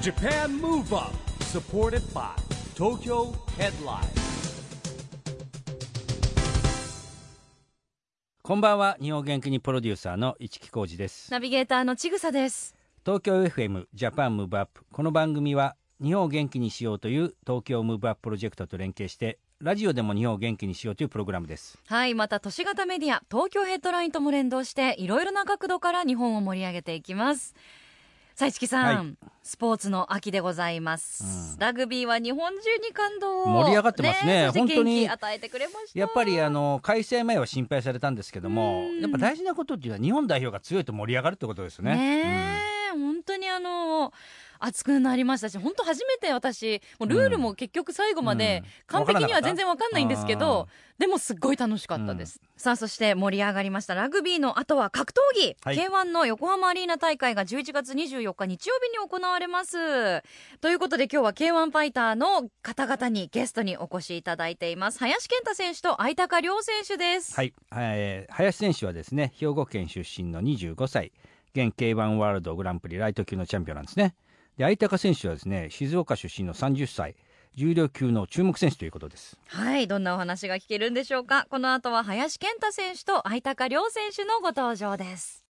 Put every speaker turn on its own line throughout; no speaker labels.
JAPAN MOVE UP SUPPORTED BY TOKYO HEADLINE
こんばんは日本元気にプロデューサーの市木浩司です
ナビゲーターのちぐさです。
東京 FM ジャパンムーブアップこの番組は日本を元気にしようという東京ムーブアッププロジェクトと連携してラジオでも日本を元気にしようというプログラムです
はい、また都市型メディア、東京ヘッドラインとも連動して、いろいろな角度から日本を盛り上げていきます。さいちきさん、
は
スポーツの秋でございます、ラグビーは日本中に感動を
盛り上がってますね
そして
本当に
元気与えてくれました。
やっぱりあの開催前は心配されたんですけどもやっぱ大事なことっていうのは日本代表が強いと盛り上がるってことですよね
ねえ、本当にあの熱くなりましたし本当初めて私もうルールも結局最後ま
う
で
んう
完
ん
璧には
わからなかった
全然わかんないんですけ
ああ
ど、でもすっごい楽しかったです、さあそして盛り上がりましたラグビーの後は格闘技、
はい
K1 の横浜アリーナ大会が11月24日日曜日に行われますということで今日は K1 ファイターの方々にゲストにお越しいただいています林健太選手と相高亮選手です
はい、えー林選手はですね兵庫県出身の25歳現 K1 ワールドグランプリライト級のチャンピオンなんですねで相高選手はですね静岡出身の30歳重量級の注目選手ということです
はい、どんなお話が聞けるんでしょうか。この後は林健太選手と相高亮選手のご登場です。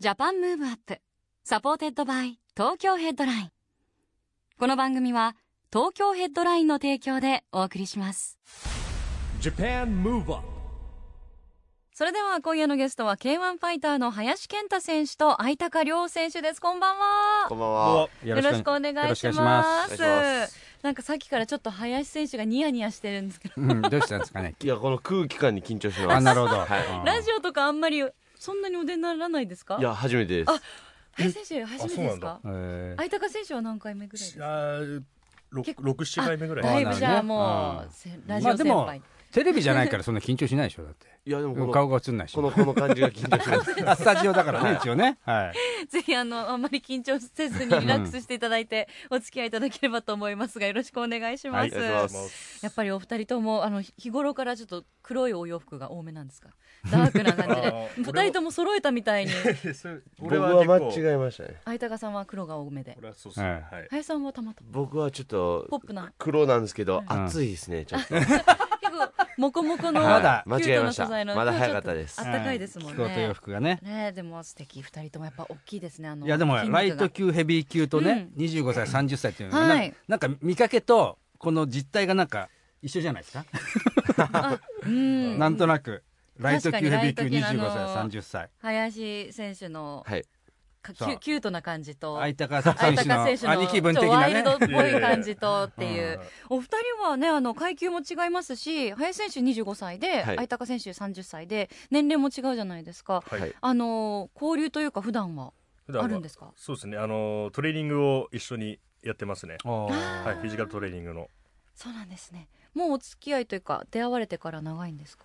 ジャパンムーブアップ、サポーテッドバイ東京ヘッドライン。この番組は東京ヘッドラインの提供でお送りします。
JAPAN MOVE UP
それでは今夜のゲストは K1 ファイターの林健太選手と相高亮選手です。こんばんは
こ。んばんは。
よ
よろしくお願いしま
よろし
す
くお願いしま。
なんかさっきからちょっと林選手がニヤニヤしてるんですけど、
うん、どうしたんですかね
いや、この空気感に緊張し
あ
ます。
なるほど、
は
ラジオとかあんまりそんなにお出にならないですか
い。いや、初めてです。
あ林選手初めてですか
オ、えー
相高選手は何回目ぐらいですか
あーろ
結構
六七回目ぐらい
だい
あ
ぶ
ー
じゃあ
な
も
る
う
ね
せ
あ
ラ
ー
ジ
まあで
オ先
も
輩
テレビじゃないからそんな緊張しないでしょだって
いや、でも、こ
顔
の、
が映んないし
この、この感じが緊張 します。
あスタジオだからね一応ねはい
ぜひあのあんまり緊張せずにリラックスしていただいてお付き合いいただければと思いますがよろしくお願いします,、
お願いします。
やっぱりお二人ともあの日日頃からちょっと黒いお洋服が多めなんですかダークな感じ
あ
で
ー
二人とも揃えたみたいに
俺
僕
は
は
結構
間違えましたね。
相高さんは黒が多めで
俺はそうですね、
はい
はい
林さんはたまたま
僕はちょっ
ポ
と
ッ、プな
黒なんですけど、
ん
暑いですね、ちょっと。
結構モコモコの
ま
だ
キュ
間違
ー
え
ト
ま
な
した
素材の
まだ早かったです
あったかいですもんね、
はい着ようと洋服がね
ねえでも素敵二人ともやっぱ大きいですねあの
いやでも
筋肉が
ライト級ヘビー級とね、25歳30歳っていうのは、
はい
なんかなんか見かけとこの実態がなんか一緒じゃないですか、
うん
なんとなくライト級ヘビー級
確かにライト
25
級の
歳30歳
林選手の
はい。
かキ
さあ
ュキュートな感じと
相高選手の
相
兄貴分的
ちょっと
な
ワイル
ね
ドっぽい感じとって
いや
い
いや
うお二人はねあの階級も違いますし林選手25歳で、
はい
相高選手30歳で年齢も違うじゃないですか
はい
はい
あの交流というか普段は
普段は
あるんですか
そうですねあのトレーニングを一緒にやってますね
おー
はいフィジカルトレーニングの
そうなんですねもうお付き合いというか出会われてから長いんですか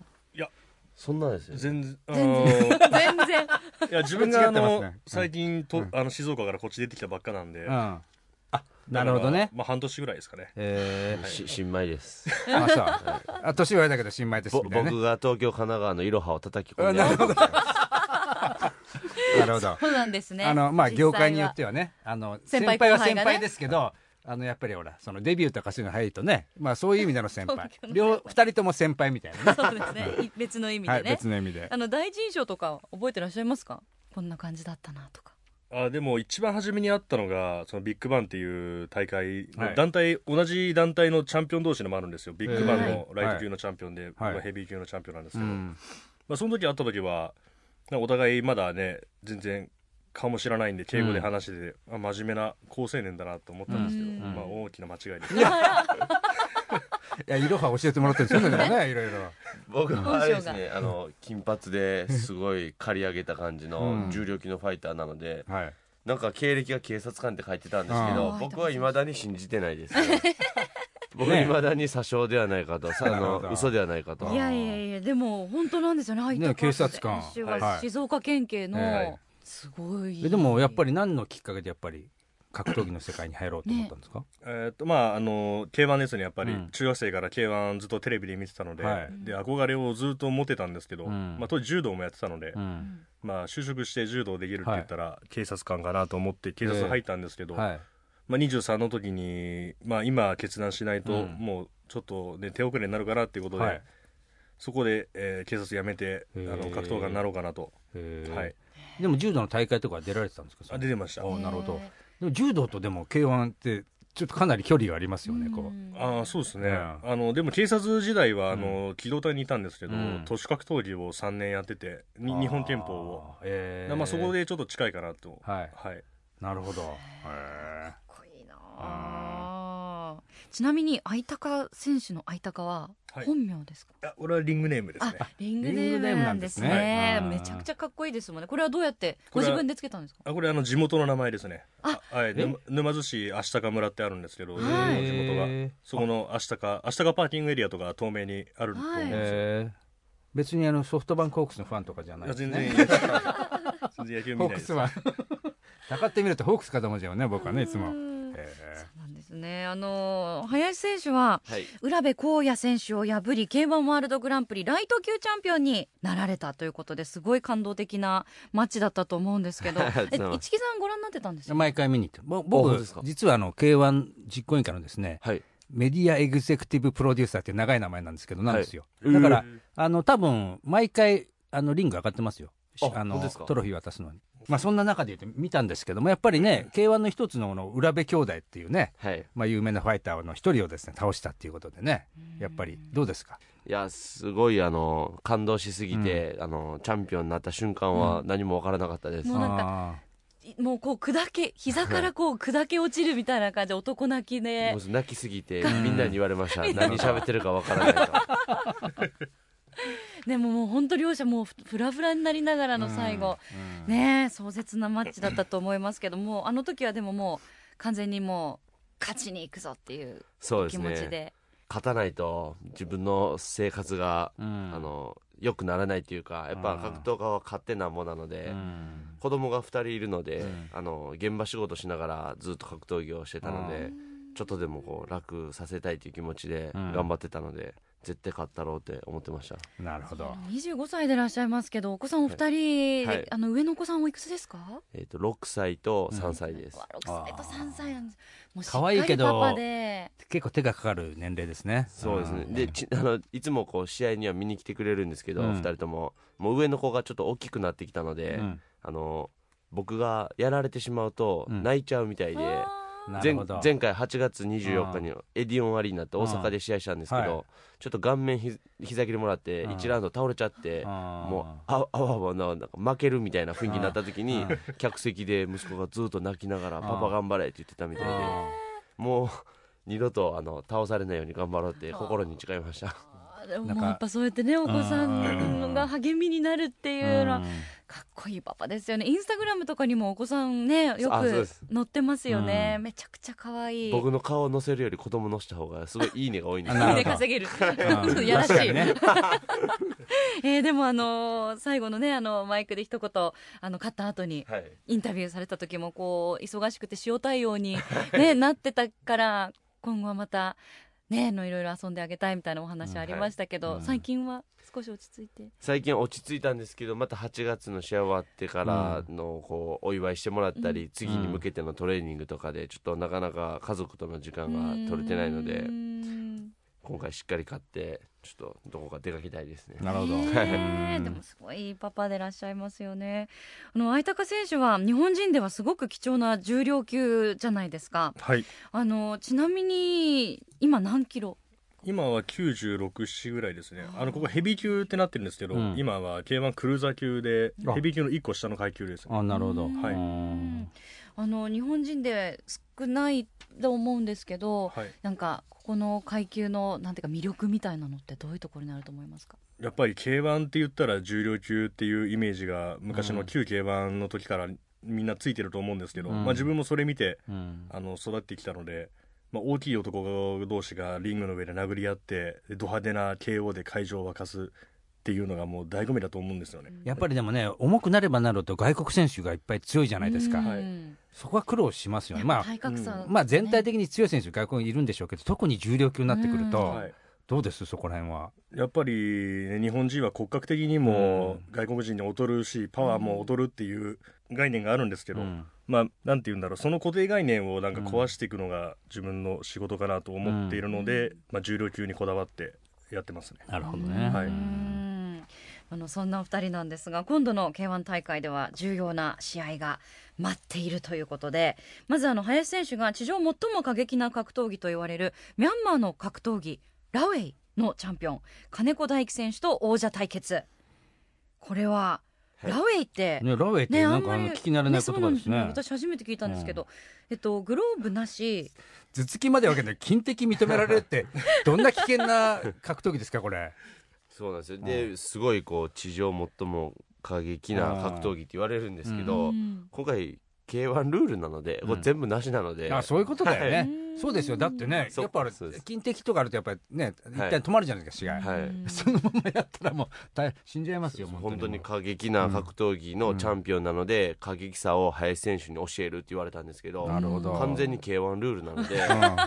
そんなですよ。
全然あ
全
の
全然
いや自分があ
違って
の、
ますね
最近と、
うん
あの静岡からこっち出てきたばっかなんで、
うんあなるほどね
まあ半年ぐらいですかね
え
し新米です。
ー、あそうあ年上だけど新米です
ぼ
みたいな、ね
僕、が東京、神奈川のいろはを叩き込んで。
あなるほどなるほど
そうなんですね
あのまあ
実際
業界によってはねあの先
先
輩
輩
は
後輩
先
がね
輩ですけどあのやっぱりほらそのデビューとかそういうの早いとねまあそういう意味での先輩
東京の先輩
両二人とも先輩みたいなね
はそうですねい別の意味で
は
ね、
い、別の意味で
あ。の第一印象とか覚えてらっしゃいますかこんな感じだったなとか
あでも一番初めにあったのがそのビッグバンっていう大会の
はい
団体、同じ団体のチャンピオン同士のもあるんですよビッグバンのライト級のチャンピオンで、
はい
まあヘビー級のチャンピオンなんです
う
けど、
ん、
まあ、その時会った時はなんかお互いまだね全然顔も知らないんで敬語で話してて、あ真面目な好青年だなと思ったんですけど、
うん
まあ、大きな間違いです、
いや、いろは教えてもらってるんですよね、でもね、 いろいろ。
僕はあれですね、あの、金髪ですごい刈り上げた感じ
うん
の重量級のファイターなので、
はい。
なんか経歴が警察官って書いてたんですけ
あ
ど
ー
僕はいまだに信じてないです、 僕はいまだに詐称ではないかとさあ
なるほ
の
ど
嘘ではないかと
いやいやいやでも本当なんですよね相
ね
手
警察官
選手
は
はい静岡県警の、
はい
すごい
えでも、やっぱり何のきっかけで、やっぱり格闘技の世界に入ろうと思ったんですか。
えーっとまああの k 1ですねやっぱり、
うん
中学生から k 1ずっとテレビで見てたので,、
はい
で憧れをずっと持ってたんですけど、
うん
まあ、当時柔道もやってたので、
うん。
まあ、就職して柔道できるって言ったら、警察官かなと思って警察入ったんですけど、
はい。
まあ、23の時に、まあ、今決断しないと、
うん
もうちょっと、ね、手遅れになるからっていうことで、
はい
そこで、えー警察辞めてあ
へ
の
ー
格闘家になろうかなと、
へー
はい、
でも柔道の大会とかは出られてたんですかそ
あ
の
出てました
あ
あ
なるほどでも柔道とでも K1 ってちょっとかなり距離がありますよねこう、
あーそうですね、
うん
あのでも警察時代はあの機動隊にいたんですけど、
うん
都市格闘技を3年やっててに日本憲法を、
あー、えー
まあ、そこでちょっと近いかなと、
はい
はい、
なるほどへ
かっこいいなあちなみに相高選手の相高は
はい
本名ですか、
あ俺はリングネームです
あ
ね
リング
グ
ネ
ネーム
ームなんです
リ
ね
ングネームなんですね
めちゃくちゃかっこいいですもんねこれはどうやって
こ
ご
れは
自分でつけたんですか
あこれあの地元の名前ですね
あ
はい、
え
ぬ沼津市足高村ってあるんですけど、
はい
自分の地元が
へー
そこの足高足高パーキングエリアとか透明にあると思うん
はい
ですよ、
えー別にあのソフトバンクホークスのファンとかじゃない
あ
です
全
ね
然いいです 全然野球見
ホ
ない
ー
で
クス
す
は たかってみるとホークスかと思うじゃんね僕はねいつも
うん
へ
そうなんですねあのー林選手は
はい
浦部光也選手を破り K1 ワールドグランプリライト級チャンピオンになられたということですごい感動的なマッチだったと思うんですけど
がとう
え
ございます
一木さんご覧になってたんです
ー
よ
毎回見に行ってぼ
本当
僕
ですか
実はあの K1 実行委員会のですね
はい
メディアエグゼクティブプロデューサーっていう長い名前なんですけどなんですよ、
はい
だからあの多分毎回あのリング上がってますよ
あ
の
本当ですか
トロフィー渡すのにまあそんな中で言うと見たんですけどもやっぱりね K1 の一つのこの浦部兄弟っていうね
はい
まあ、有名なファイターの一人をですね倒したっていうことでねやっぱりどうですか
いやすごいあの感動しすぎて、あのチャンピオンになった瞬間は何も分からなかったです、
もうなんかいもうこう砕け膝からこう砕け落ちるみたいな感じで男泣きで
もう泣きすぎてみんなに言われました何喋ってるか分からないと
でももう本当両者もうふフラフラになりながらの最後、ねえ壮絶なマッチだったと思いますけどもうあの時はでももう完全にもう勝ちに行くぞっていう
そうです
気持ちで
ね勝たないと自分の生活が、
うん
あの良くならないっていうかやっぱ
うん
格闘家は勝手なもんなので、
うん
子供が2人いるので、
うん
あの現場仕事しながらずっと格闘技をしてたので、ちょっとでもこう楽させたいという気持ちで
うん
頑張ってたので、絶対勝ったろうって思ってました
なるほど
25歳でいらっしゃいますけどお子さんお二人で、
はいはい
あの上のお子さんおいくつですか
えっ、と6歳と3歳です、
わ6歳と3歳なんですもうしっ
可
か
愛いけ
り
ど
パパで
結構手がかかる年齢ですね
そうですね
ん
でちあ のいつもこう試合には見に来てくれるんですけど、
う
二
ん
2人とももう上の子がちょっと大きくなってきたので、
うん
あの僕がやられてしまうと
うん
泣いちゃうみたいで、
な
前
るほど
前回8月24日にエディオンアリーナって大阪で試合したんですけど、
うんはい
ちょっと顔面ひ膝切りもらって
うん
1ラウンド倒れちゃって、
あー
もうああわあわななんか負けるみたいな雰囲気になった時に
うん
客席で息子がずっと泣きながら「
ん
パパ頑張れ」って言ってたみたいでもう二度とあの倒されないように頑張ろうって心に誓いました。
あーでも
なん
も
か
うやっぱそうやってねお子さんが励みになるっていうのは
ん
かっこいいパパですよねインスタグラムとかにもお子さんねよ
あそう
く
です
載ってますよね、
うん
めちゃくちゃ可愛い
僕の顔を載せるより子供載せた方がすごいいいねが多いんですよ
あなるほ
で
ど
稼げる
うん
やらし
確か
い、
にね
えーでもあのー最後のねあのマイクで一言あの勝った後に
はい
インタビューされた時もこう忙しくて塩対 応に、ね、なってたから今後はまたねあのいろいろ遊んであげたいみたいなお話ありましたけ
う
ど、
んはい
最近は少し落ち着いて、
最近落ち着いたんですけどまた8月の試合終わってからのこうお祝いしてもらったり、次に向けてのトレーニングとかでちょっとなかなか家族との時間が取れてないの
う
で
ーん
今回しっかり買ってちょっとどこか出かけたいですね
なるほど
ねえでもすごいいいパパでいらっしゃいますよね。あの相高選手は日本人ではすごく貴重な重量級じゃないですか。
はい
あのちなみに今何キロ？
今は96市ぐらいですねあのここヘビー級ってなってるんですけど、
うん
今は k 1クルーザー級で
あ
ヘビー級の1個下の階級ですね
あなるほど
はい
うん
あの日本人で少ないと思うんですけど、
はい
なんかここの階級のなんていうか魅力みたいなのってどういうところになると思いますか？
やっぱり k 1って言ったら重量級っていうイメージが昔
う
の
ん
旧 k 1の時からみんなついてると思うんですけど、
うん
まあ、自分もそれ見て
うん
あの育ってきたので、まあ、大きい男同士がリングの上で殴り合ってでド派手な KO で会場を沸かすっていうのがもう醍醐味だと思うんですよね。
やっぱりでもね重くなればなると外国選手がいっぱい強いじゃないですか
うん
はい
そこは苦労しますよねまあ
体格差、
まあ全体的に強い選手外国にいるんでしょうけど特に重量級になってくると、
うん
はい、
どうですそこら辺は
やっぱりね、日本人は骨格的にも外国人に劣るし、パワーも劣るっていう概念があるんですけど、
うん
まあなんて言うんだろうその固定概念をなんか壊していくのが自分の仕事かなと思っているので、まあ、重量級にこだわってやってますね。
なるほどね
はい
うんあのそんなお二人なんですが今度の K1 大会では重要な試合が待っているということでまずあの林選手が地上最も過激な格闘技と言われるミャンマーの格闘技ラウェイのチャンピオン金子大輝選手と王者対決これはラウェイって、
ねラウェイって
ね、あ
なん
ん
か
ま
あ
り
の聞き慣れない言葉ですね
そうなんよ私初めて聞いたんですけど、えっとグローブなし、
頭突きまでわけで金的認められるってどんな危険な格闘技ですかこれ
そうなんですよですごいこう地上最も過激な格闘技って言われるんですけど、
うん
今回 K1 ルールなので、これ全部なしなので
あそういうことだよね、
は
そうですよだってね
そう
やっぱあれ
そうです
金的とかあるとやっぱりね一
はい
旦止まるじゃないですか試合、
はい
そのままやったらもう大死んじゃいますよ
本当に
もう
過激な格闘技のチャンピオンなので、過激さを林選手に教えるって言われたんですけど
なるほど
完全に K1 ルールなので、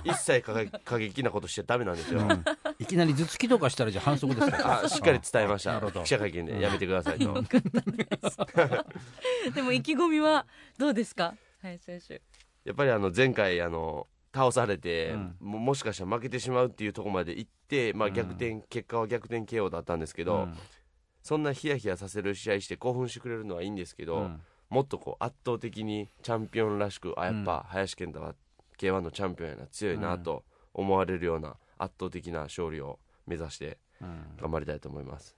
一切過激過激なことしちゃダメなんですよ、
うんいきなり頭突きとかしたらじゃあ反則ですから
あしっかり伝えまし
な
た
るほど
記者会見でやめてくださいと、
でも意気込みはどうですか林選手
やっぱりあの前回あの倒されて、
うん
ももしかしたら負けてしまうっていうところまで行って、まあ、逆転、結果は逆転 KO だったんですけど、
うん
そんなヒヤヒヤさせる試合して興奮してくれるのはいいんですけど、
うん
もっとこう圧倒的にチャンピオンらしくあやっぱ林健太は k 1のチャンピオンやな強いなと思われるような圧倒的な勝利を目指して
うん
頑張りたいと思います。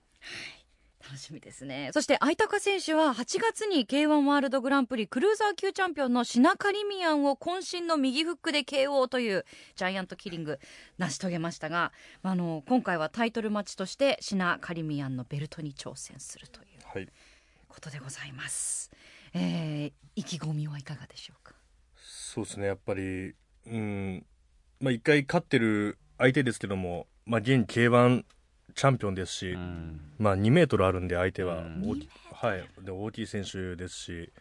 楽しみですねそして相高選手は8月に k 1ワールドグランプリクルーザー級チャンピオンのシナカリミアンを渾身の右フックで KO というジャイアントキリング成し遂げましたが、まあ、あの今回はタイトルマッチとしてシナカリミアンのベルトに挑戦するという
はい
ことでございます、えー、意気込みはいかがでしょうか
そうですねやっぱりうんまあ一回勝ってる相手ですけども、まあ、現 K1 チャンピオンですし、
うん
まあ、2メートルあるんで相手は
うん
大き,、はい、で大きい選手ですし、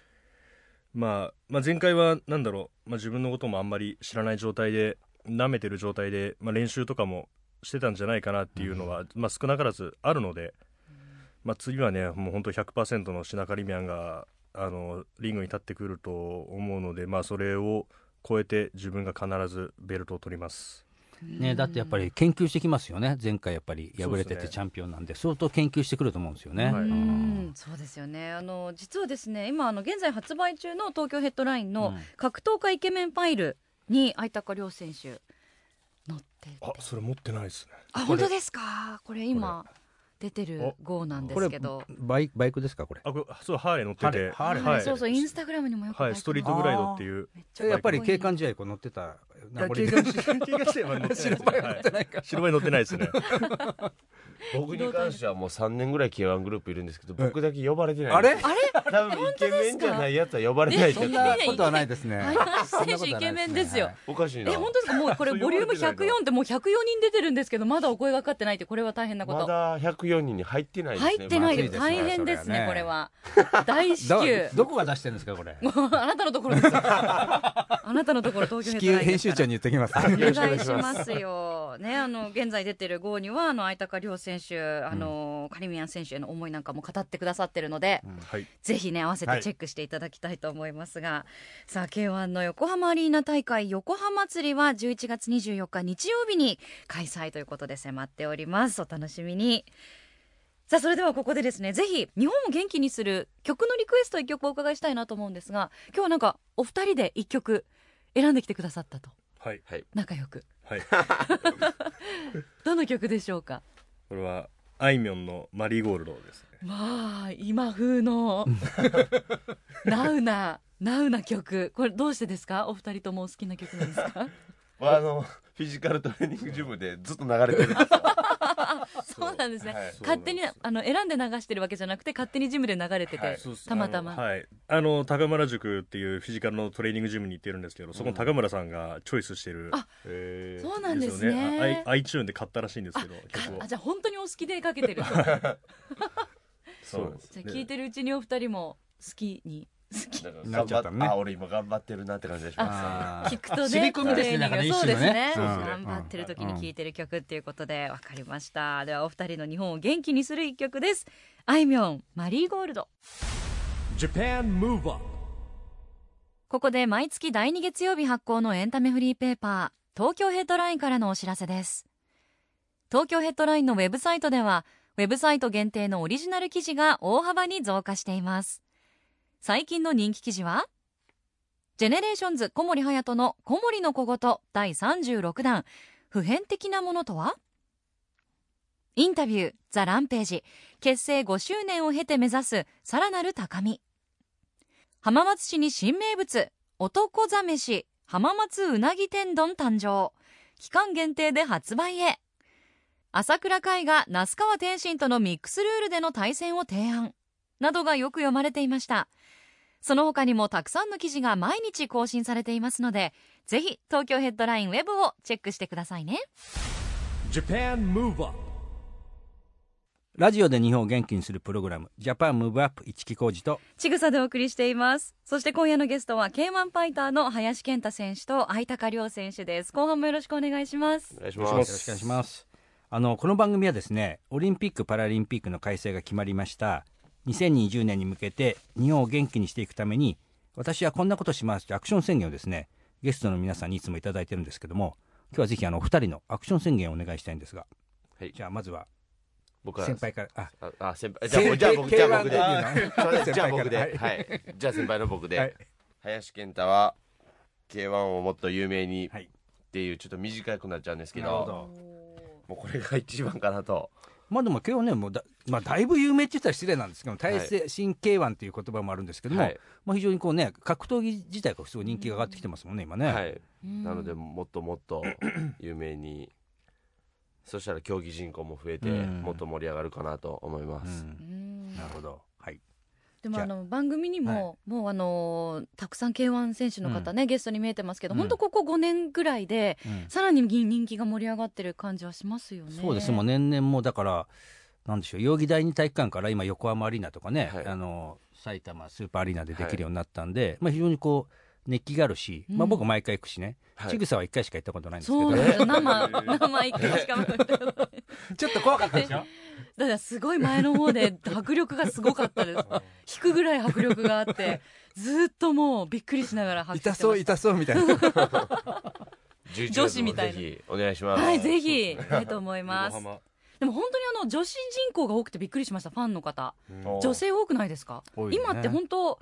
まあ、まあ前回はなんだろう、まあ、自分のこともあんまり知らない状態で舐めてる状態で、まあ、練習とかもしてたんじゃないかなっていうのは、まあ、少なからずあるので、まあ、次はねもう本当100%のシナカリミアンがあのリングに立ってくると思うので、まあ、それを超えて自分が必ずベルトを取ります。
ね、だってやっぱり研究してきますよね前回やっぱり敗れて
そうです
て
ね
チャンピオンなんで相当研究してくると思うんですよね、
はいう
う、
うん
そうですよね。あの実はですね、今あの現在発売中の東京ヘッドラインの格闘家イケメンファイルに相高亮選手載ってて、
あそれ持ってないですね
あ本当ですか。これ今出てる号なんで
こ
す
れ
けど、
バイバイクですかこれ
あこれそうハーレー乗ってて
ハーレー
はい
そうそうインスタグラムにもよく
はい、ストリートグライドっていう。
めっちゃ
えやっぱり警
景観
官試合こう乗ってた名残
警
で
官しては乗ってない ですね。白バイ乗ってない白バイ乗ってないですね。
僕に関してはもう3年ぐらい k 1グループいるんですけど僕だけ呼ばれてない
あれ
あれ
多分イケメンじゃないやつは呼ばれない
そん
や
なことはないですね
林選手
そんなことはない
イケメンですよ
つおかしいな
え本当ですか。もうこれ
そう
ボリューム
呼ばれてないな
104でもう104人出てるんですけど、まだお声がかかってないってこれは大変なこ
ま
と。
だ104人に入ってないですね
入ってないです。
まずい
大
ですね
変ですねこ
そ
れ
れ
は。大至
だ
急。
どこが出してるんですかこれ
あなたのところですよ。あ なたのところ東京
至
ヘ
急
ッドライン
編
です
集
か
長
ら。
に言ってきます
お願いしますよ。ね、あの現在出てる号にはあの相高亮選手、あの、カリミアン選手への思いなんかも語ってくださってるので、
はい。
ぜひね合わせてチェックしていただきたいと思いますが、さあ K1 の横浜アリーナ大会横浜釣りは11月24日日曜日に開催ということで迫っております。お楽しみに。さあそれではここでですねぜひ日本を元気にする曲のリクエスト一曲お伺いしたいなと思うんですが今日はなんかお二人で一曲選んできてくださったと
はい。
仲良く
はい。
どの曲でしょうか
これは、あいみょんのマリーゴールドですね。
まあ今風のナウなナウな曲これどうしてですかお二人ともお好きな曲なんですか
あのフィジカルトレーニングジムでずっと流れてるんですよ
そうなんですね、
はい
勝手にあの選んで流してるわけじゃなくて勝手にジムで流れてて、
はい
そうっす
たまたま、
あのはい。あの、高村塾っていうフィジカルのトレーニングジムに行ってるんですけど、そこの高村さんがチョイスしてる。
あ
へー
そうなんですね
よねあ i- iTune で買ったらしいんですけど、曲を
あ。じゃあ本当にお好きでかけてるとじゃ
そうなんです
あ聞いてるうちにお二人も好きに
な
なんか
っちゃったね
頑張あ俺今頑張ってるなって感じがしま
あ
聞くとね
刷り込みですね
トレーニング
なんかね
そうですね
一種のね
頑張ってる時に聴いてる曲っていうことでわかりましたではお二人の日本を元気にする一曲ですあいみょんマリーゴールド
Japan Move Up
ここで毎月第2月曜日発行のエンタメフリーペーパー東京ヘッドラインからのお知らせです東京ヘッドラインのウェブサイトではウェブサイト限定のオリジナル記事が大幅に増加しています最近の人気記事はジェネレーションズ小森隼人の「小森の小言」第36弾「普遍的なものとは?」インタビュー「ザ・ランページ」結成5周年を経て目指すさらなる高み浜松市に新名物男ざめし浜松うなぎ天丼誕生期間限定で発売へ朝倉海が那須川天心とのミックスルールでの対戦を提案などがよく読まれていましたその他にもたくさんの記事が毎日更新されていますのでぜひ東京ヘッドラインウェブをチェックしてくださいね
Japan Move Up
ラジオで日本を元気にするプログラム「ジャパンムーブアップ一木工事と
ちぐさでお送りしていますそして今夜のゲストは K−1 ファイターの林健太選手と相高亮選手です後半もよろしくお願いします
すお願いし
お願
ま
い
す
し
よ
す
ろしくお願いしますあのこの番組はですねオリンピック・パラリンピックの開催が決まりました2020年に向けて日本を元気にしていくために私はこんなことしますというアクション宣言をですねゲストの皆さんにいつもいただいてるんですけども今日はぜひあのお二人のアクション宣言をお願いしたいんですが
はい
じゃあまずは
僕は
先輩からあ
ああ先輩じゃあじゃあ僕じゃあ僕で じゃあ僕ではいじゃあ先輩の僕で、
はい
林健太は K1 をもっと有名にっ
はい
ていうちょっと短くなっちゃうんですけど
なるほど
もうこれが一番かなと
まあでも今日ねもうだ,、まあ、だいぶ有名って言ったら失礼なんですけども体制、新 K1 という言葉もあるんですけども、
はい
まあ、非常にこうね格闘技自体がすごい人気が上がってきてますもんね今ね、
はいなのでもっともっ と有名にそしたら競技人口も増えて
うん
もっと盛り上がるかなと思いま
う
す、
んなるほどはい
でも
じゃあ
あの番組にも、もうあのーたくさん K1 選手の方ね、ゲストに見えてますけど、
うん
本当ここ5年ぐらいでさらに人気が盛り上がってる感じはしますよね。
そうですもう年々もうだからなんでしょう代々木第二体育館から今横浜アリーナとかね、
はい
あの埼玉スーパーアリーナでできるようになったんで、まあ、非常にこう熱気があるし、まあ、
うん
僕毎回行くしね、
はい
ちぐさは1回しか行ったことないんですけど、
そう なんですよ生
はい
生一回しかだか
ちょっと怖かったでしょ
らすごい前の方で迫力がすごかったです引くぐらい迫力があってずっともうびっくりしながら拍手
痛
してま
そう
した
痛そうみたい な
11
女
月
子み
も
たい
ぜ
な
ひお願いします、
はいぜひ行きたいと思 います
横浜
でも本当にあの女子人口が多くてびっくりしましたファンの方
お
女性多くないですか、
多いね
今って本当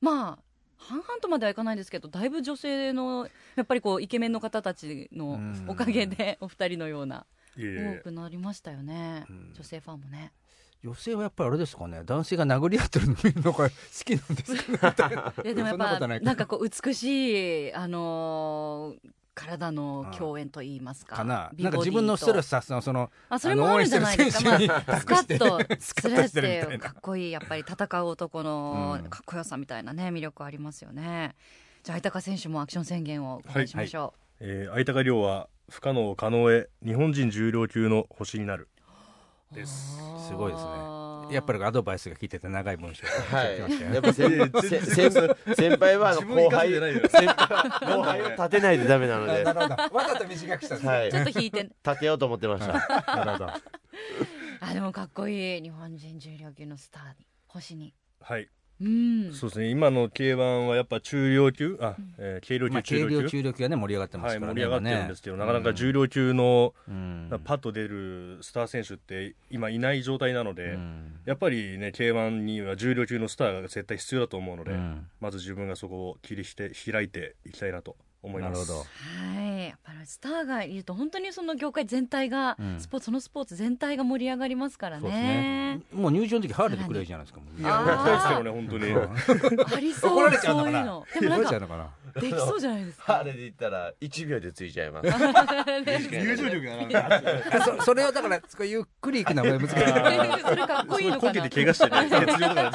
まあ半々とまではいかないですけどだいぶ女性のやっぱりこうイケメンの方たちの
ん
おかげで お二人のようない
えい
多
え
くなりましたよね
ん
女性ファン もね
女性はやっぱりあれですかね男性が殴り合ってるの見るのが好きなんですかねみたいない
やでもやっ
そんな
ぱ
こと
な
ない
んかこう美しいあのー体の共演といいますか
かな
美
な
ボ
んか自
ディと
分のストレス発散をその
あそれもあるんじゃないですか
あの応援してる選手に
まあ、スカッとス
カ
カ
ッとしてるみたいな
ッとかっこいいやっぱり戦う男の
うん
かっこよさみたいなね魅力ありますよねじゃあ相高選手もアクション宣言をお願いしましょ
えー相高亮は不可能を可能へ日本人重量級の星になるです
う、
すごいですね
あー
やっぱりアドバイスが聞いてて長い文章が
は
来ましたよ
い、
ね
やっぱ先
いやいや全然
先先先輩はあの
自分に
後
勝
輩
ててないよ
先輩は後輩を立てないでダメなので、
なるほどわざと短くしたんですね
はい、
ちょっ
立
と引いて
てようと思ってました
なるほど
あでもかっこいい日本人重量級のスターに星に
はい
うん
そうですね今の K1 はやっぱ中量級あ、えー軽量
ま
級
あ、軽
中量
量中
級
量級がね盛り上がってま
は
す
い
から
盛
ね、
り上がってる
今
ん
ね
ですけど、なかなか重量級の
うん
パッと出るスター選手って今いない状態なので、
うん
やっぱりね K1 には重量級のスターが絶対必要だと思うので、
うん
まず自分がそこを切りして開いていきたいなと思い
な
ま
る
す
ほど
はいやっぱりスターがいると本当にその業界全体が、
うん
スポーツそのスポーツ全体が盛り上がりますから
そうですね
ね
もう入場の時ハーレーでくれるじゃないですかもう
いや
あー
もう行きたいですけどね本当に
ありそう
怒られちゃうの
そ
か
ういう
な
の
怒
で
ら
もなん
れちゃう
か
のかな
できそうじゃないです
あ
か
れで言ったら1秒でついちゃ います
友情力がな
あそそれをだからそこゆっくり行くのは難しい
それかっこいいのか
こけ
な
て怪我してね欠場とか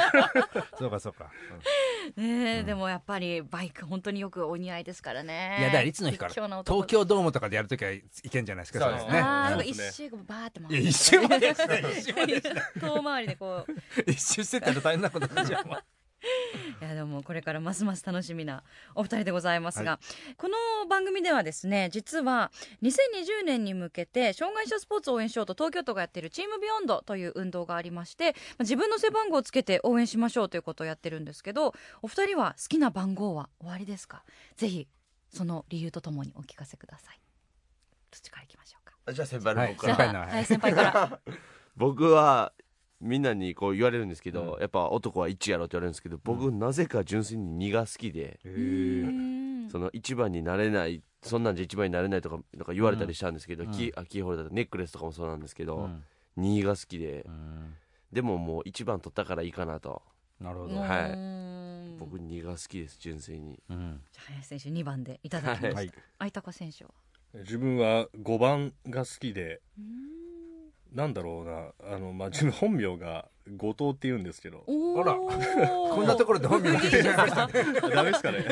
で
そうかそうか、うん
ねえ、でもやっぱりバイク本当によくお似合いですからね
いやだからいつの日から
屈強な
東
男
京ドームとかでやるときはいけんじゃないですか
そう
それ
です
ね
ああ、なんか
うん
一周バーって回っ
い
て
や一周もできない一周
遠回りでこう
一周してたら大変なことになっちゃうもん
いやでもこれからますます楽しみなお二人でございますが、この番組ではですね実は2020年に向けて障害者スポーツを応援しようと東京都がやっているチームビヨンドという運動がありましてまあ自分の背番号をつけて応援しましょうということをやってるんですけどお二人は好きな番号はおありですかぜひその理由とともにお聞かせくださいどっちからいきましょうか
あじゃあ先輩の
はい
方か
先
ら、
輩のはい
はい先輩から
僕はみんなにこう言われるんですけど、やっぱ男は1やろって言われるんですけど僕、なぜか純粋に2が好きで、
うん
その1番になれないそんなんじゃ1番になれないとかなんか言われたりしたんですけど、キあキーホルダーとかネックレスとかもそうなんですけど、
うん
2が好きで、
うん
でももう1番取ったからいいかなと
なるほ
う
ど、
ー
はい
ん
僕2が好きです純粋に
うん
じゃあ林選手2番でいただきました、
はい
相高選手は
自分は5番が好きでなんだろうなあの、まあ、自分本名が後藤って言うんですけど
お
あらこんなところで本名が出てきましたね
ダメですかね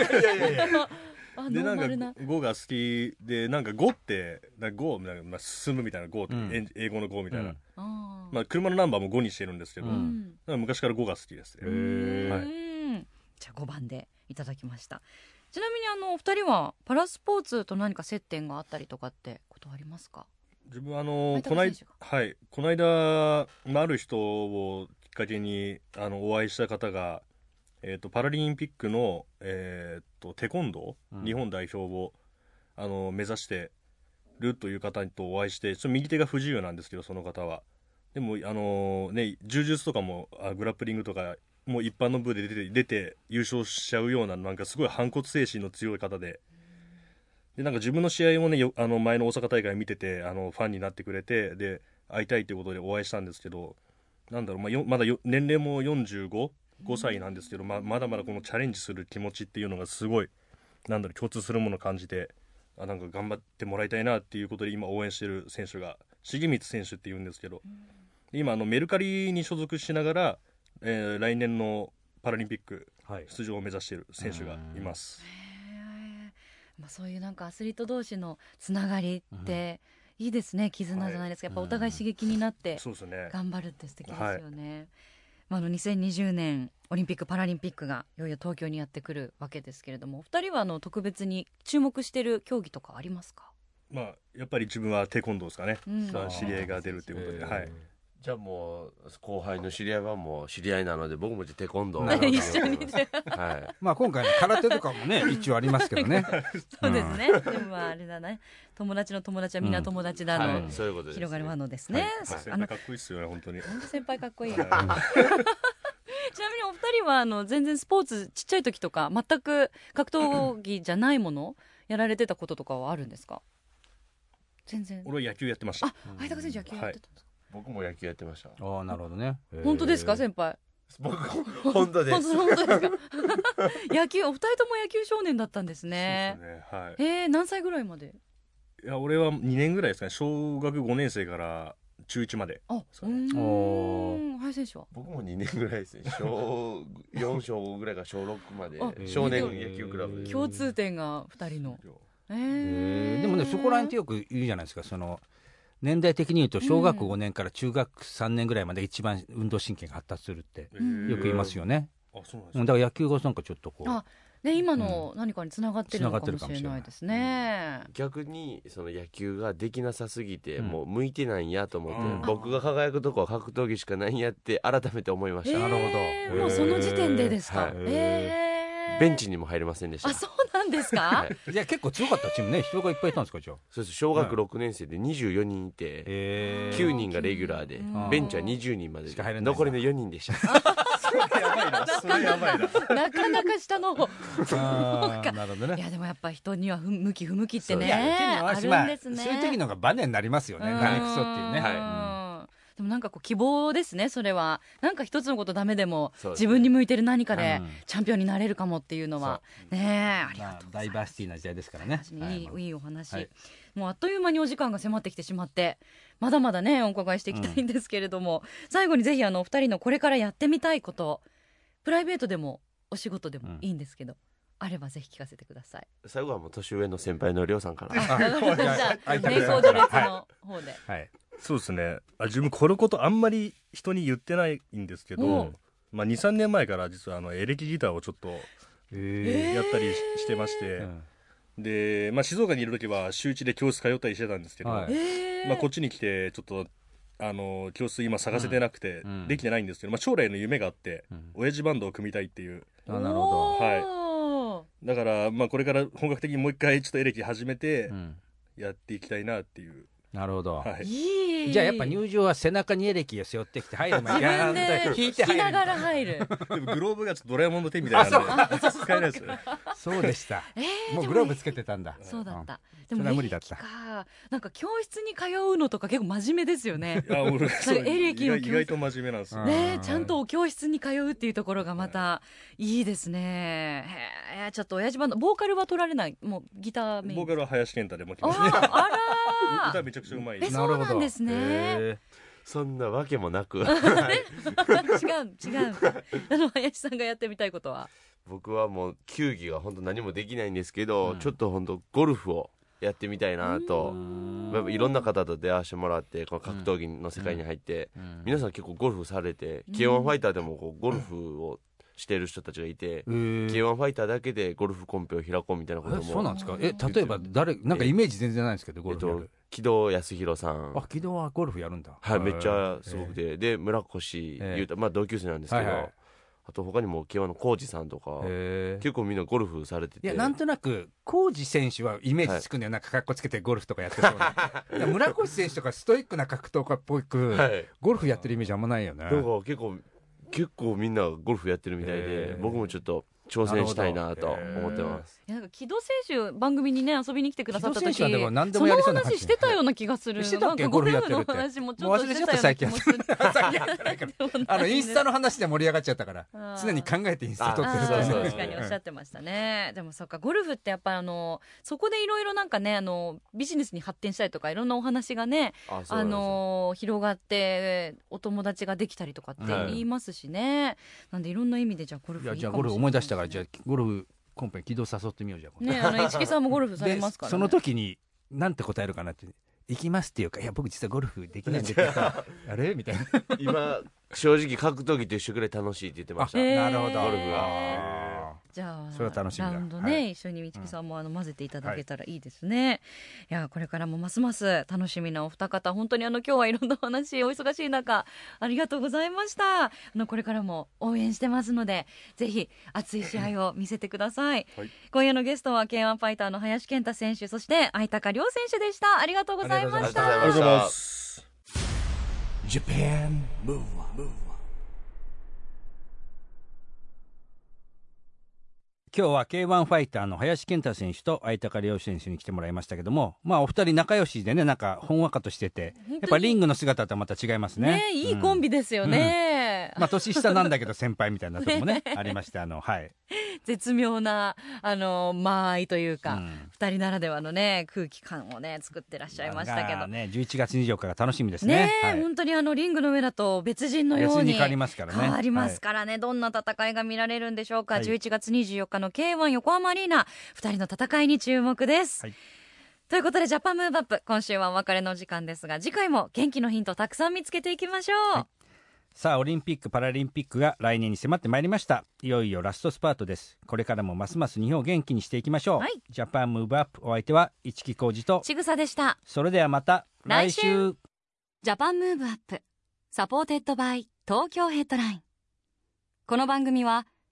あ
で
ノ
な
ー
んか
マルな
5が好きでなんか5ってなんか5なんかまあ進むみたいな5って、
うん
えん英語の5みたいな、
うん
あー
まあ、車のナンバーも5にしてるんですけど、
う
なん
ん
か昔から5が好きですね、
うん
はい
じゃあ5番でいただきましたちなみにあのお二人はパラスポーツと何か接点があったりとかってことありますか
自分はあの
相手
こ
の
ない
選手が
はいこの間まあある人をきっかけにあのお会いした方が、えー、とパラリンピックの、えー、とテコンドー、
うん
日本代表をあの目指してるという方とお会いしてちょっと右手が不自由なんですけどその方はでもあのね柔術とかもあグラップリングとかもう一般の部で出て出て優勝しちゃうようななんかすごい反骨精神の強い方ででなんか自分の試合もねよあの前の大阪大会見ててあのファンになってくれてで会いたいということでお会いしたんですけどなんだろう、まあ、よまだよ年齢も45 5歳なんですけど、まあまだまだこのチャレンジする気持ちっていうのがすごいなんだろう共通するものを感じてあなんか頑張ってもらいたいなっていうことで今応援してる選手が重光選手っていうんですけどで今あのメルカリに所属しながら、えー来年のパラリンピック
はい
出場を目指している選手がいます。
へーまあ、そういうなんかアスリート同士のつながりっていいですね絆じゃないですか、やっぱお互い刺激になって
そうですね
頑張るって素敵ですよね。まあ、あの2020年オリンピック・パラリンピックがいよいよ東京にやってくるわけですけれどもお二人はあの特別に注目してる競技とかありますか、
まあ、やっぱり自分はテコンドーですかね、
うん
まあ知り合いが出るということで、はい、
じゃあもう後輩の知り合いはもう知り合いなので僕もじゃあテコンド
なるほど
一緒にね
はい
まあ今回の空手とかも ね一応ありますけどね
そうですね、でもまああれだね友達の友達はみんな友達だの、
はい、そういうことです、
広がるものですね、
まあ
そう
先
あの
輩かっこいいっすよね、本当に。
本当先輩かっこいいち なみにお二人はあの全然スポーツちっちゃい時とか全く格闘技じゃないものやられてたこととかはあるんですか全然
俺は野球やってました
あ。、相高選手野球やってたんですか、
僕も野球やってました
ああなるほどね
本当ですか
生
先輩
僕本当で
本
す
当本当ですか 野球お二人とも野球少年だったんですね
そうですね、は
えー、何歳ぐらいまで
い。いや、俺は2年ぐらいですかね、小学5年生から中1まで。
あ、う
そ
ー
うね
ん林選手は
僕も2年ぐらいですね小4小5ぐらいから小6まで
あ
少年野球クラブで
共通点が二人のえー、
でもねそこら辺ってよく言うじゃないですかその年代的に言うと小学校5年から中学3年ぐらいまで一番運動神経が発達するってよく言います
よ。
よね、
あ、そうなんで
う
すか。
ん、だから野球がなんかちょっとこう
あね、今の何かにつながってるのか
繋がって
も
る
し
かも
れ
しれ
な
ない
いですね。
逆にその野球ができなさすぎて、
うん
もう向いてないんやと思って、
うん
僕が輝くとこは格闘技しかないんやって改めて思いました、
なるほど
えーもうその時点でですか。
はい
えー
ベンチにも入れませんでした
あ、そうなんですか。
はい
じゃあ結構強かったチームね人がいっぱいいたんですかじゃあ
そうです小学6年生で24人いて、
え
9人がレギュラーで
ん
ベンチは20人まで
しか入
で
れないな
残りの4人でした
やばいな、それやばいな。
なかなか下の方。
あーなるほど
い
ね
やでもやっぱ人には不向き不向きって
い
ね。
や手に合
あ
わせ
るん
まあ
で
そ
す
う
ね。
いう時の方がバネになりますよね
うん
ダメくそっていうね、
はい
うんでもなんかこう希望ですねそれはなんか一つのことダメでも
そうです
自
ね
分に向いてる何かで
うん
チャンピオンになれるかもっていうのはねえありが
まあ
とうござ
ダ
い
イ
ます
バーシティな時代ですからね
確かにいい、
はい
い、お話、
はい
もうあっという間にお時間が迫ってきてしまってまだまだねお伺いしていきたいんですけれども、最後にぜひあのお二人のこれからやってみたいことプライベートでもお仕事で
う
も
ん
いいんですけど、あればぜひ聞かせてください。
最後はもう年上の先輩のりょうさんから
わかりま した
あいただきま
名工
し
序
た
列の方で。
はい
そうですね。あ、自分このことあんまり人に言ってないんですけ
う
ど
ん、
まあ、23年前から実はあのエレキギターをちょっと
え
やったりししてまして、
え
で、まあ、静岡にいる時は週一で教室通ったりしてたんですけど、
はい
まあ、こっちに来てちょっとあの教室今探せてなくて、
うん
できてないんですけど、まあ、将来の夢があって、
うん
親父バンドを組みたいっていう
あなるほ
は
だから、まあ、これから本格的にもう一回ちょっとエレキ始めて
ど、うん、
やっていきたいなっていう、
なるほど、
はい
いい
じゃあやっぱ入場は背中にエレキを背負ってきて入る前
自
にガ
分
ーン
で
と弾い
弾
て
き
入る
ながら入る
でもグローブがちょっとドラえもんの手みたいなんで使えないですよね
そうでした、もうグローブつけてたんだ
そうだった
う
で
んそれは無理だっ
駅
た
かなんか教室に通うのとか結構真面目ですよね
あ俺そう
エレキ
意
を
外意外と真面目なんですよ、
うん
ねえちゃんとお教室に通うっていうところがまたいいですねへえちょっと親父バンドボーカルは取られないもうギターメイン
ボーカルは林健太でも来
あ
ましたね
ー あら
歌
ー
めちゃくちゃうまい
えそうなんですね
へ
そんなわけもなく
違う違うあの林さんがやってみたいことは
僕はもう球技が本当何もできないんですけど、
うん
ちょっと本当ゴルフをやってみたいな
ーう
と、
ん
やっぱいろんな方と出会わせてもらってこの格闘技の世界に入って、
うん
皆さん結構ゴルフされて、
うん
K1 ファイターでもこうゴルフをしてる人たちがいて、
えー
K1 ファイターだけでゴルフコンペを開こうみたいなこと
え
も
そうなんですかえ例えば誰なんかイメージ全然ないんですけどゴ
え
ル
っ
フや
と
る、
木戸康弘さん
あ昨日はゴルフやるんだ
はい、めっちゃすごくて、で村越
え
祐太、まあ同級生なんですけど、
はいはい
あと他にも K1 の浩二さんとか、
へー
結構みんなゴルフされて
い
て
やなんとなく浩二選手はイメージつくんだよ、なんか格好つけてゴルフとかやってそう でいや村越選手とかストイックな格闘家っぽく、
はい
ゴルフやってるイメージあんまないよね
なんか結構結構みんなゴルフやってるみたいで、
へー
僕もちょっと挑戦したいなと思ってます、
いやなんか木戸選手番組にね遊びに来てくださった
木戸選
時
手はでも何で
そ
もや
の
りそうな感
話
じ
してたような気がする
してたっけ
なんか
ゴルフやってるって
ゴルフの話もちょっとしてたような気もする
最近やってないからあのインスタの話で盛り上がっちゃったから
あー
常に考えてインスタ撮ってる
あーそうそう
確かにおっしゃってましたね。でもそっかゴルフってやっぱあのそこでいろいろなんかねあのビジネスに発展したりとかいろんなお話がねあ
あそうなんですよ
の広がってお友達ができたりとかって
はい
言いますしね。なんでいろんな意味でじゃあゴル
い
フい
や
い
じゃ
か
あ
もし
ゴルフ
れない
思い出したからじゃあゴルフコンペ起動誘ってみようじゃあ、
ねあの市木さんもゴルフ され
で
ますからね。
その時になんて答えるかなって行きますっていうかいや僕実はゴルフできないんでって 言ったらあれみたいな
今正直格闘技と一緒ぐらい楽しいって言ってました、
あえ
な
ー
るほど
ゴル
フが
あ
じゃあ
それは楽しみだ
ラウンドね、
は
一緒に道木さんもあの混ぜていただけたらいいですね、い、やこれからもますます楽しみなお二方本当にあの今日はいろんなお話お忙しい中ありがとうございましたあのこれからも応援してますのでぜひ熱い試合を見せてください、
はい
今夜のゲストは K1 ファイターの林健太選手そして相高亮選手でしたありがとうございま
あり
し
がとうござい
た
ま
ありがとう
し
ござい
た
ます。
Japan Move Up, move up.
今日は K1 ファイターの林健太選手と相高亮選手に来てもらいましたけどもまあお二人仲良しでねなんかほんわかとしててや
本当に
っぱリングの姿とはまた違いますね
ねいいコン
ビ、
ビですよね、
うんまあ年下なんだけど先輩みたいなとこも ね ありましてあのはい、
絶妙なあの間合いという
う
か、
ん
二人ならではのね空気感をね作ってらっしゃいましたけ
まあ
どね
ね11月24日が楽しみですね
ねえ、
はい
本当にあのリングの上だと別人のよう
別
に
に変わりますからね
変わりますからね、どんな戦いが見られるんでしょうか、
はい
11月24日の K1 横浜アリーナ二人の戦いに注目です、
はい
ということでジャパンムーブアップ今週はお別れの時間ですが次回も元気のヒントたくさん見つけていきましょう、
さあオリンピック・パラリンピックが来年に迫ってまいりましたいよいよラストスパートですこれからもますます日本を元気にしていきましょう、
はい
ジャパンムーブアップお相手は市木浩二と
ちぐさでした
それではまた
来週
来週
ジャパンムーブアップサポーテッドバイ東京ヘッドラインこの番組は